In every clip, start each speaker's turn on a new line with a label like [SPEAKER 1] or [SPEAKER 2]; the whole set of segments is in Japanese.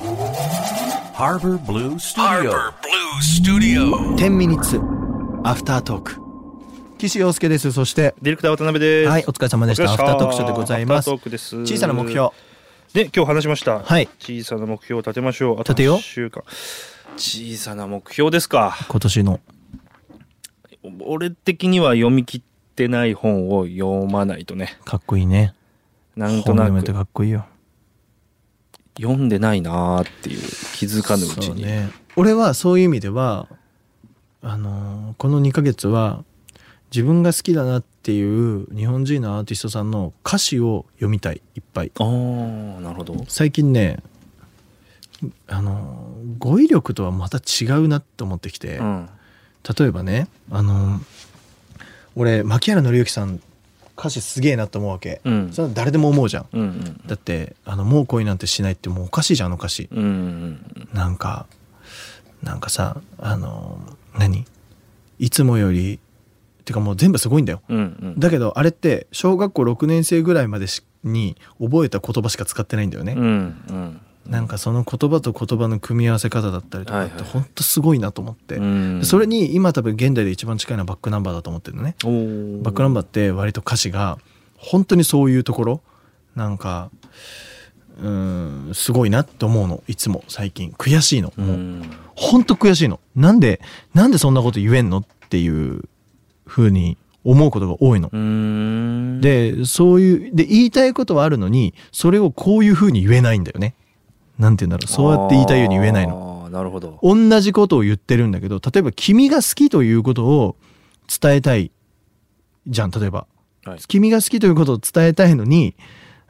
[SPEAKER 1] ハーバーブルースタジオ
[SPEAKER 2] Harbor Blue Studio.
[SPEAKER 3] 10ミニッツアフタートーク岸洋介ですそして
[SPEAKER 4] ディレクター渡辺です。
[SPEAKER 3] はいお疲れ様でした
[SPEAKER 4] お疲れ
[SPEAKER 3] アフタートークショーでございます
[SPEAKER 4] アフタートークです。
[SPEAKER 3] 小さな目標。
[SPEAKER 4] で、今日話しました。
[SPEAKER 3] はい
[SPEAKER 4] 小さな目標を立てましょう。あ
[SPEAKER 3] 立
[SPEAKER 4] と
[SPEAKER 3] てよ
[SPEAKER 4] 一週間。小さな目標ですか。
[SPEAKER 3] 今年の
[SPEAKER 4] 俺的には読み切ってない本を読まないとね。
[SPEAKER 3] かっこいいね
[SPEAKER 4] なんと
[SPEAKER 3] 本
[SPEAKER 4] な
[SPEAKER 3] 読めて
[SPEAKER 4] く
[SPEAKER 3] かっこいいよ
[SPEAKER 4] 読んでないなーっていう気づかぬうち
[SPEAKER 3] そう
[SPEAKER 4] に。
[SPEAKER 3] ね俺はそういう意味ではあのーこの2ヶ月は自分が好きだなっていう日本人のアーティストさんの歌詞を読みたいいっぱい
[SPEAKER 4] ああ、なるほど。
[SPEAKER 3] 最近ねあのー語彙力とはまた違うなって思ってきて、
[SPEAKER 4] うん。
[SPEAKER 3] 例えばねあの俺牧原紀之さん歌詞すげえなと思うわけ、
[SPEAKER 4] うん
[SPEAKER 3] それは誰でも思うじゃん、
[SPEAKER 4] うんうん。
[SPEAKER 3] だってあの「もう恋なんてしない」ってもうおかしいじゃんあの歌詞、
[SPEAKER 4] うんうん
[SPEAKER 3] なんかなんかさあの何いつもよりてかもう全部すごいんだよ
[SPEAKER 4] うんうん
[SPEAKER 3] だけどあれって小学校6年生ぐらいまでしに覚えた言葉しか使ってないんだよね、
[SPEAKER 4] うんうん
[SPEAKER 3] なんかその言葉と言葉の組み合わせ方だったりとかっ
[SPEAKER 4] はい
[SPEAKER 3] て
[SPEAKER 4] はい
[SPEAKER 3] ほんとすごいなと思って、
[SPEAKER 4] うん
[SPEAKER 3] それに今多分現代で一番近いのはバックナンバーだと思ってるのね。
[SPEAKER 4] おー
[SPEAKER 3] バックナンバーって割と歌詞が本当にそういうところなんかうーんすごいなって思うのいつも最近悔しいの
[SPEAKER 4] う
[SPEAKER 3] もうん本当悔しいのなんでなんでそんなこと言えんのっていうふうに思うことが多いの
[SPEAKER 4] う。ーん
[SPEAKER 3] でそういうで言いたいことはあるのにそれをこういうふうに言えないんだよね。なんて言うんだろうそうやって言いたいように言えないの。
[SPEAKER 4] の。あーなるほど。
[SPEAKER 3] 同じことを言ってるんだけど例えば「君が好き」ということを伝えたいじゃん例えば、
[SPEAKER 4] はい
[SPEAKER 3] 君が好きということを伝えたいのに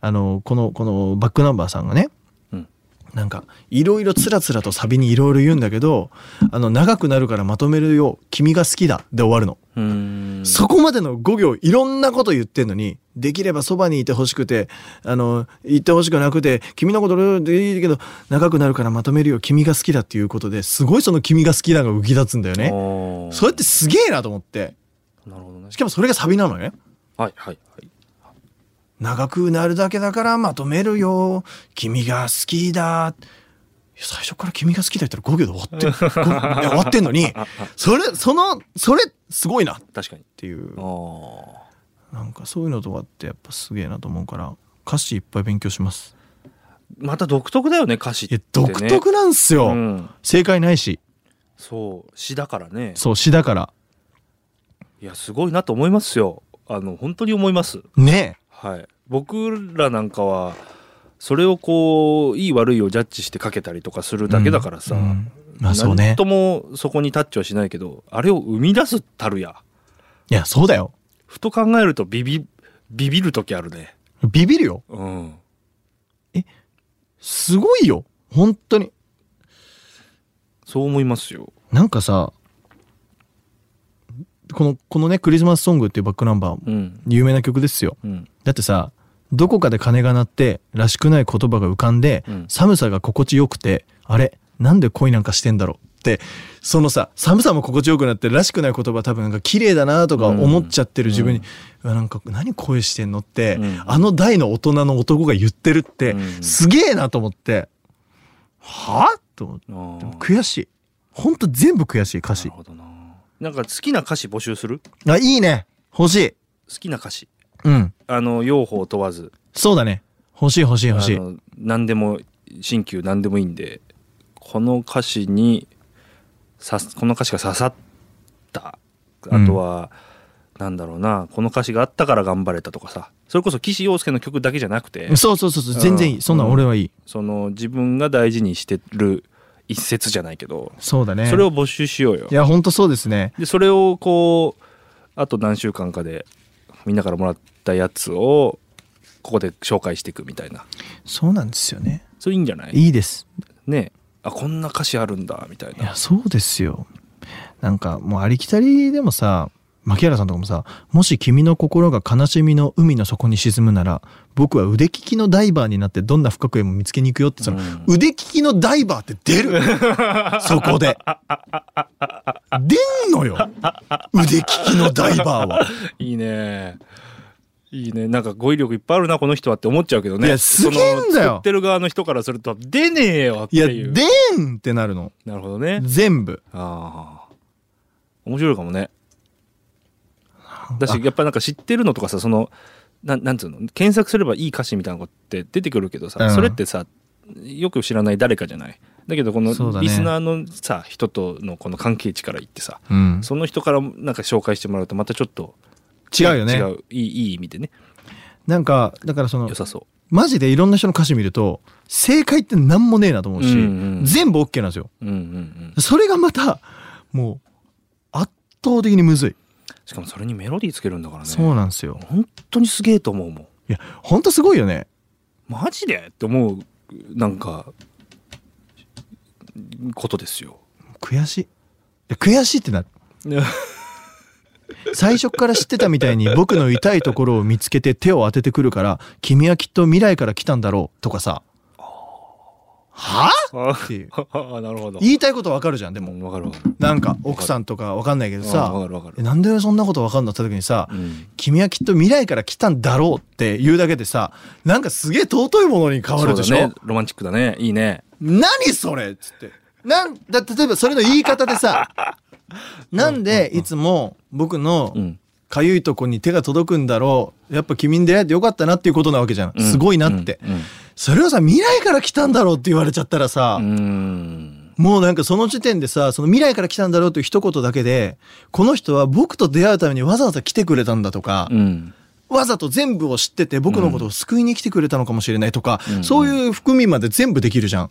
[SPEAKER 3] あのこのこのバックナンバーさんがね、
[SPEAKER 4] うん
[SPEAKER 3] なんかいろいろつらつらとサビにいろいろ言うんだけどあの長くなるからまとめるよ「君が好きだ」で終わるの。
[SPEAKER 4] うーん
[SPEAKER 3] そこまでの5行いろんなこと言ってんのに、できればそばにいてほしくて、あの、言ってほしくなくて、君のことでいいけど、長くなるからまとめるよ、君が好きだっていうことで、すごいその君が好きだが浮き立つんだよね。
[SPEAKER 4] ね
[SPEAKER 3] それってすげえなと思って。
[SPEAKER 4] なるほどね
[SPEAKER 3] し。かもそれがサビなのね。
[SPEAKER 4] はいはいはい。
[SPEAKER 3] 長くなるだけだからまとめるよ、君が好きだ。いや最初から君が好きだ言ったら5行 で終わってるいや終わってんのに、それ、その、それ、すごいなっ
[SPEAKER 4] 確かに。
[SPEAKER 3] ていう
[SPEAKER 4] あ。あ。
[SPEAKER 3] なんかそういうのとかってやっぱすげえなと思うから歌詞いっぱい勉強します
[SPEAKER 4] また独特だよね歌詞っ
[SPEAKER 3] い
[SPEAKER 4] て、
[SPEAKER 3] や
[SPEAKER 4] ね。
[SPEAKER 3] 独特なんすよ、
[SPEAKER 4] うん。
[SPEAKER 3] 正解ないし
[SPEAKER 4] そう詩だからね。
[SPEAKER 3] そう詩だから
[SPEAKER 4] いやすごいなと思いますよ。あの本当に思います。
[SPEAKER 3] ね
[SPEAKER 4] はい。僕らなんかはそれをこういい悪いをジャッジしてかけたりとかするだけだからさ。
[SPEAKER 3] うんうんまあそうね
[SPEAKER 4] 何ともそこにタッチはしないけどあれを生み出すたるや
[SPEAKER 3] いやそうだよ
[SPEAKER 4] ふと考えるとビビビビる時あるね
[SPEAKER 3] ビビるよ
[SPEAKER 4] うん
[SPEAKER 3] すごいよ本当に
[SPEAKER 4] そう思いますよ
[SPEAKER 3] なんかさこのこのねクリスマスソングっていうバックナンバー
[SPEAKER 4] うん
[SPEAKER 3] 有名な曲ですよ
[SPEAKER 4] うん
[SPEAKER 3] だってさどこかで鐘が鳴ってらしくない言葉が浮かんで、
[SPEAKER 4] うん
[SPEAKER 3] 寒さが心地よくてあれなんで恋なんかしてんだろうってそのさ寒さも心地よくなってらしくない言葉多分なんか綺麗だなとか思っちゃってる自分に、うわなんか何恋してんのって、
[SPEAKER 4] うん
[SPEAKER 3] あの大の大人の男が言ってるって、
[SPEAKER 4] うん
[SPEAKER 3] すげえなと思ってはあと思って
[SPEAKER 4] あー
[SPEAKER 3] でも悔しいほんと全部悔しい歌
[SPEAKER 4] なる
[SPEAKER 3] 詞
[SPEAKER 4] ほどななんか好きな歌詞募集する
[SPEAKER 3] あいいね欲しい
[SPEAKER 4] 好きな歌詞
[SPEAKER 3] うん
[SPEAKER 4] あの用法問わず
[SPEAKER 3] そうだね欲しい欲しい欲しい
[SPEAKER 4] あの何でも新旧何でもいいんでこの歌詞にさこの歌詞が刺さったあとは、なんだろうなこの歌詞があったから頑張れたとかさそれこそ岸洋介の曲だけじゃなくて
[SPEAKER 3] そうそうそうそううん全然いいそんなん俺はいい、
[SPEAKER 4] その自分が大事にしてる一節じゃないけど、
[SPEAKER 3] そうだね
[SPEAKER 4] それを募集しようよ
[SPEAKER 3] いやほんとそうですね
[SPEAKER 4] でそれをこうあと何週間かでみんなからもらったやつをここで紹介していくみたいな
[SPEAKER 3] そうなんですよね
[SPEAKER 4] それいいんじゃない
[SPEAKER 3] いいです
[SPEAKER 4] ねあこんな歌詞あるんだみたい
[SPEAKER 3] いや
[SPEAKER 4] な
[SPEAKER 3] そうですよなんかもうありきたりでもさ牧原さんとかもさ「もし君の心が悲しみの海の底に沈むなら僕は腕利きのダイバーになってどんな深くへも見つけに行くよ」ってその、
[SPEAKER 4] うん
[SPEAKER 3] 腕利きのダイバーって出 るそこで出んのよ腕利きのダイバーは。
[SPEAKER 4] いいねいいねなんか語彙力いっぱいあるなこの人はって思っちゃうけどね
[SPEAKER 3] いやすげえんだよ
[SPEAKER 4] その作ってる側の人からすると出ねえよって
[SPEAKER 3] いや
[SPEAKER 4] い
[SPEAKER 3] 出
[SPEAKER 4] うん
[SPEAKER 3] ってなるの
[SPEAKER 4] なるほどね
[SPEAKER 3] 全部
[SPEAKER 4] ああ面白いかもねだしやっぱなんか知ってるのとかさそのなんなんつうの検索すればいい歌詞みたいなことって出てくるけどさ、
[SPEAKER 3] うん
[SPEAKER 4] それってさよく知らない誰かじゃないだけどこの
[SPEAKER 3] そうだね
[SPEAKER 4] リスナーのさ、人とのこの関係値から言ってさ
[SPEAKER 3] うん
[SPEAKER 4] その人からなんか紹介してもらうとまたちょっと
[SPEAKER 3] 違うよね
[SPEAKER 4] 違ういいいい意味でね
[SPEAKER 3] なんかだからその
[SPEAKER 4] 良さそ
[SPEAKER 3] マジでいろんな人の歌詞見ると正解って何もねえなと思うし、
[SPEAKER 4] うんうん
[SPEAKER 3] 全部 OK なんですよ
[SPEAKER 4] う、うんうんうん、
[SPEAKER 3] それがまたもう圧倒的にむずい、
[SPEAKER 4] しかもそれにメロディーつけるんだからね
[SPEAKER 3] そうなんですよ
[SPEAKER 4] 本当にすげえと思うもん
[SPEAKER 3] いやほんとすごいよね
[SPEAKER 4] マジでって思うなんかことで すよ。
[SPEAKER 3] 悔しいいや悔しいってなる最初から知ってたみたい に僕の痛いところを見つけて手を当ててくるから君はきっと未来から来たんだろうとかさは
[SPEAKER 4] あ
[SPEAKER 3] っていう
[SPEAKER 4] あなるほど。
[SPEAKER 3] 言いたいことわかるじゃんで
[SPEAKER 4] で
[SPEAKER 3] も
[SPEAKER 4] もわかるわかる。
[SPEAKER 3] なんか奥さんとかわかんないけど
[SPEAKER 4] うんわか
[SPEAKER 3] さ
[SPEAKER 4] るわかる。
[SPEAKER 3] なんでそんなことわかんのって時にさ、
[SPEAKER 4] うん
[SPEAKER 3] 君はきっと未来から来たんだろうって言うだけでさなんかすげえ尊いものに変わるでしょ、
[SPEAKER 4] そうだね。ロマンチックだね。いいね。
[SPEAKER 3] 何それっつってなんだ例えばそれの言い方で さなんでいつも僕の
[SPEAKER 4] うん
[SPEAKER 3] かゆいとこに手が届くんだろうやっぱ君に出会えてよかったなっていうことなわけじゃん、
[SPEAKER 4] うん
[SPEAKER 3] すごいなって、
[SPEAKER 4] うんうん
[SPEAKER 3] それをさ未来から来たんだろうって言われちゃったらさ、
[SPEAKER 4] うーん。
[SPEAKER 3] もうなんかその時点でさ、その未来から来たんだろうという一言だけで、この人は僕と出会うためにわざわざ来てくれたんだとか、
[SPEAKER 4] うん。
[SPEAKER 3] わざと全部を知ってて僕のことを救いに来てくれたのかもしれないとか、
[SPEAKER 4] うん
[SPEAKER 3] そういう含みまで全部できるじゃん。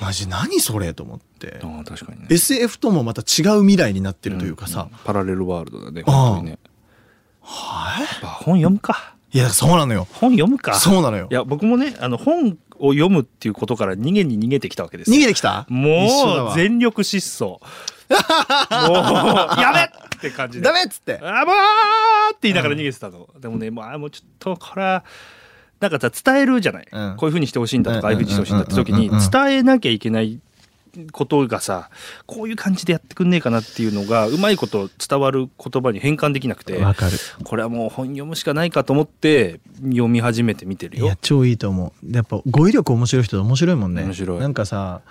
[SPEAKER 3] マジ何それと思って。
[SPEAKER 4] ああ確かにね。
[SPEAKER 3] SF ともまた違う未来になってるというかさ、
[SPEAKER 4] パラレルワールドだね。
[SPEAKER 3] ああ
[SPEAKER 4] 本当にね。やっぱ本読むか。
[SPEAKER 3] いや、そうなのよ。
[SPEAKER 4] 本読むか。
[SPEAKER 3] そうなのよ
[SPEAKER 4] い。や僕もねあの本を読むっていうことから逃げに逃げてきたわけですよ。
[SPEAKER 3] 逃げてきた一緒だ
[SPEAKER 4] もう
[SPEAKER 3] わ
[SPEAKER 4] 全力疾走。 もうやべっって感じで。
[SPEAKER 3] ダメっつって。
[SPEAKER 4] あもうって言いながら逃げてたの。でもねもうあもうちょっとこれはなんかさ伝えるじゃない。
[SPEAKER 3] うん
[SPEAKER 4] こういうふうにしてほしいんだとかああ
[SPEAKER 3] うん
[SPEAKER 4] いうふうにしてほしいんだって時
[SPEAKER 3] うんう
[SPEAKER 4] に
[SPEAKER 3] んうんうん
[SPEAKER 4] 伝えなきゃいけないことがさこういう感じでやってくんねえかなっていうのがうまいこと伝わる言葉に変換できなくて
[SPEAKER 3] わかる。
[SPEAKER 4] これはもう本読むしかないかと思って読み始めて見てる
[SPEAKER 3] い
[SPEAKER 4] よ。
[SPEAKER 3] や超いいと思うやっぱ語彙力面白い人って面白いもんね
[SPEAKER 4] 面白い
[SPEAKER 3] なんかさ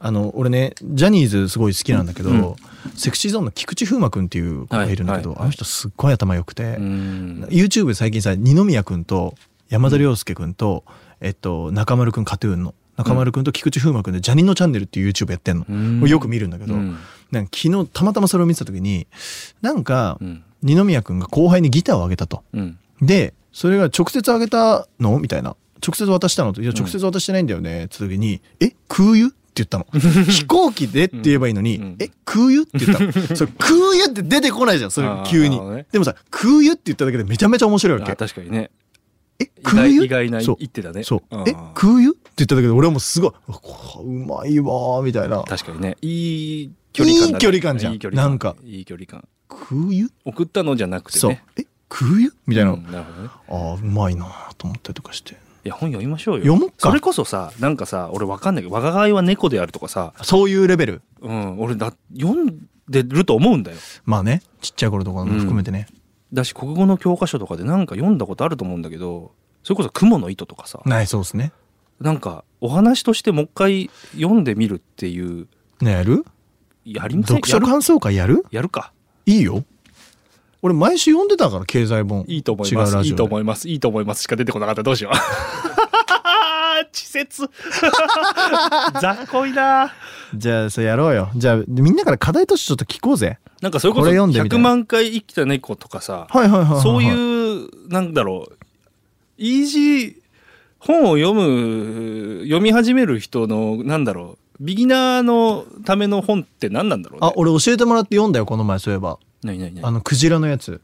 [SPEAKER 3] あの俺ねジャニーズすごい好きなんだけど、
[SPEAKER 4] うん
[SPEAKER 3] セクシーゾーンの菊池風磨君っていう子がいるんだけど、
[SPEAKER 4] はいは
[SPEAKER 3] あ
[SPEAKER 4] い
[SPEAKER 3] の人すっごい頭良くて、
[SPEAKER 4] うん
[SPEAKER 3] YouTube で最近さ二宮君と山田涼介君と、えっと中丸君カトゥーンの中丸君と菊池風磨君でジャニーのチャンネルっていう YouTube やってんの、
[SPEAKER 4] うん
[SPEAKER 3] もうよく見るんだけど、
[SPEAKER 4] うん
[SPEAKER 3] なんか昨日たまたまそれを見てた時になんか
[SPEAKER 4] うん
[SPEAKER 3] 二宮君が後輩にギターをあげたと。
[SPEAKER 4] うん
[SPEAKER 3] でそれが直接あげたのみたいな直接渡したのと「いや直接渡してないんだよね」って時に「え空輸?」って言ったの 飛行機でって言えばいいのに「
[SPEAKER 4] うん
[SPEAKER 3] え空輸?」って 言ったのそれ空輸って出てこないじゃんそれ
[SPEAKER 4] あー
[SPEAKER 3] 急に、
[SPEAKER 4] なるほどね
[SPEAKER 3] でもさ空輸って言っただけでめちゃめちゃ面白いわ
[SPEAKER 4] あ
[SPEAKER 3] け
[SPEAKER 4] 確かにね
[SPEAKER 3] え
[SPEAKER 4] 意
[SPEAKER 3] 空
[SPEAKER 4] 外
[SPEAKER 3] 輸
[SPEAKER 4] 意外な
[SPEAKER 3] そう
[SPEAKER 4] 一手だね
[SPEAKER 3] そう
[SPEAKER 4] あ
[SPEAKER 3] 「
[SPEAKER 4] ー
[SPEAKER 3] え空輸?」って言っただけで俺はもうすごい「うわこうまいわ」みたいな
[SPEAKER 4] 確かにねいい距離感だ
[SPEAKER 3] い
[SPEAKER 4] ね、
[SPEAKER 3] い距離感じゃん
[SPEAKER 4] いい距離感
[SPEAKER 3] なんか
[SPEAKER 4] いい距離感
[SPEAKER 3] 「空輸?」
[SPEAKER 4] 送ったのじゃなくてね
[SPEAKER 3] そう「え空輸?」みたいな、
[SPEAKER 4] うんなるほどね
[SPEAKER 3] あーうまいなと思ったりとかして
[SPEAKER 4] いや本読みましょうよ
[SPEAKER 3] 読もっか
[SPEAKER 4] それこそさなんかさ俺わかんないけど「我がいは猫である」とかさ、
[SPEAKER 3] そういうレベル
[SPEAKER 4] うん、俺だ読んでると思うんだよ
[SPEAKER 3] まあねちっちゃい頃とかも含めてね、
[SPEAKER 4] だし国語の教科書とかでなんか読んだことあると思うんだけどそれこそ「雲の糸」とかさ
[SPEAKER 3] ないそうですね
[SPEAKER 4] なんかお話としてもう一回読んでみるっていう
[SPEAKER 3] ねやる
[SPEAKER 4] やりません
[SPEAKER 3] 読書
[SPEAKER 4] やる
[SPEAKER 3] 感想会やる
[SPEAKER 4] やるか
[SPEAKER 3] いいよ俺毎週読んでたから経済本
[SPEAKER 4] いいと思いま
[SPEAKER 3] 違う
[SPEAKER 4] す。
[SPEAKER 3] ラ
[SPEAKER 4] い
[SPEAKER 3] ジ
[SPEAKER 4] い
[SPEAKER 3] オ
[SPEAKER 4] と
[SPEAKER 3] で
[SPEAKER 4] 思います。いいと思います。しか出てこなかった。どうしよ う。稚拙。雑魚いな。
[SPEAKER 3] じゃあそれやろうよじゃあみんなから課題としてちょっと聞こうぜ
[SPEAKER 4] なんかそれこ
[SPEAKER 3] こ
[SPEAKER 4] そ
[SPEAKER 3] れ読んでみたい
[SPEAKER 4] 100万回生きた猫とかさ、
[SPEAKER 3] はいはいはいはいはい
[SPEAKER 4] そういう、なんだろう、イージー、本を読む、読み始める人の、なんだろう、ビギナーのための本って何なんだろうね。
[SPEAKER 3] あ俺教えてもらって読んだよこの前そういえば
[SPEAKER 4] なになにな
[SPEAKER 3] あ
[SPEAKER 4] に
[SPEAKER 3] のクジラのやつ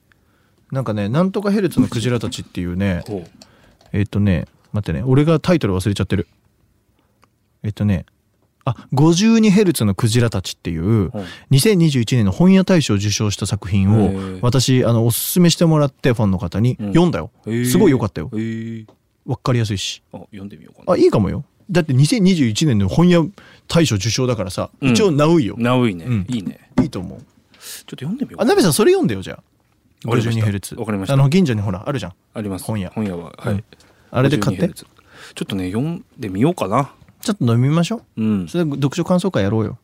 [SPEAKER 3] なんかねなんとかヘルツのクジラたちっていうね
[SPEAKER 4] ほう
[SPEAKER 3] えっとね待ってね俺がタイトル忘れちゃってるえっとねあ 52Hz のクジラたちっていう2021年の本屋大賞を受賞した作品
[SPEAKER 4] へ
[SPEAKER 3] を
[SPEAKER 4] ー
[SPEAKER 3] 私あのおすすめしてもらってファンの方に
[SPEAKER 4] うん
[SPEAKER 3] 読んだよ、
[SPEAKER 4] へー
[SPEAKER 3] すごい良かったよ
[SPEAKER 4] へー
[SPEAKER 3] わかりやすいし
[SPEAKER 4] あ読んでみようか
[SPEAKER 3] あ
[SPEAKER 4] ない
[SPEAKER 3] いかもよだって2021年の本屋大賞受賞だからさ、
[SPEAKER 4] うん
[SPEAKER 3] 一応ナウイよ、
[SPEAKER 4] ナウイね、
[SPEAKER 3] うん
[SPEAKER 4] いいね
[SPEAKER 3] いいと思う
[SPEAKER 4] ちょっと読んでみよう
[SPEAKER 3] あ
[SPEAKER 4] か
[SPEAKER 3] なべさんそれ読んでよじゃあ
[SPEAKER 4] わかりました
[SPEAKER 3] 52Hz
[SPEAKER 4] わかりました
[SPEAKER 3] あの近所にほらあるじゃん
[SPEAKER 4] あります
[SPEAKER 3] 本屋
[SPEAKER 4] 本屋ははい、
[SPEAKER 3] うんあれで買って
[SPEAKER 4] 52Hz ちょっとね読んでみようかな
[SPEAKER 3] ちょっと飲みましょ
[SPEAKER 4] うん
[SPEAKER 3] うそれで読書感想会やろう よ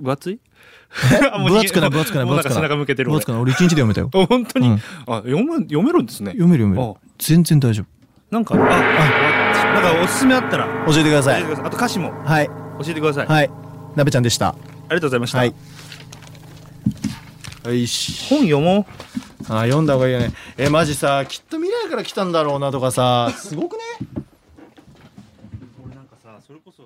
[SPEAKER 4] 分厚い もう
[SPEAKER 3] 分厚くない分厚くない
[SPEAKER 4] も
[SPEAKER 3] 分
[SPEAKER 4] うなん
[SPEAKER 3] 厚
[SPEAKER 4] か
[SPEAKER 3] く
[SPEAKER 4] 背
[SPEAKER 3] ない
[SPEAKER 4] 中向けてる
[SPEAKER 3] 分
[SPEAKER 4] 俺
[SPEAKER 3] 厚くない俺一日で読 めたよ
[SPEAKER 4] あ本当に、
[SPEAKER 3] うん
[SPEAKER 4] あ読む読めるんですね
[SPEAKER 3] 読める読める
[SPEAKER 4] あ
[SPEAKER 3] 全然大丈夫
[SPEAKER 4] なんかああなんかおすすめあったら
[SPEAKER 3] 教えてくだ
[SPEAKER 4] 教
[SPEAKER 3] さ
[SPEAKER 4] え
[SPEAKER 3] い
[SPEAKER 4] てくださいあと歌詞も
[SPEAKER 3] はい
[SPEAKER 4] 教えてください、あ
[SPEAKER 3] はいなべちゃんでした
[SPEAKER 4] りがとうございました、
[SPEAKER 3] はいはいし
[SPEAKER 4] 本読もう
[SPEAKER 3] あ読んだ方がいいよねえマジさきっと未来から来たんだろうなとかさすごくね
[SPEAKER 4] 俺なんかさそれこそ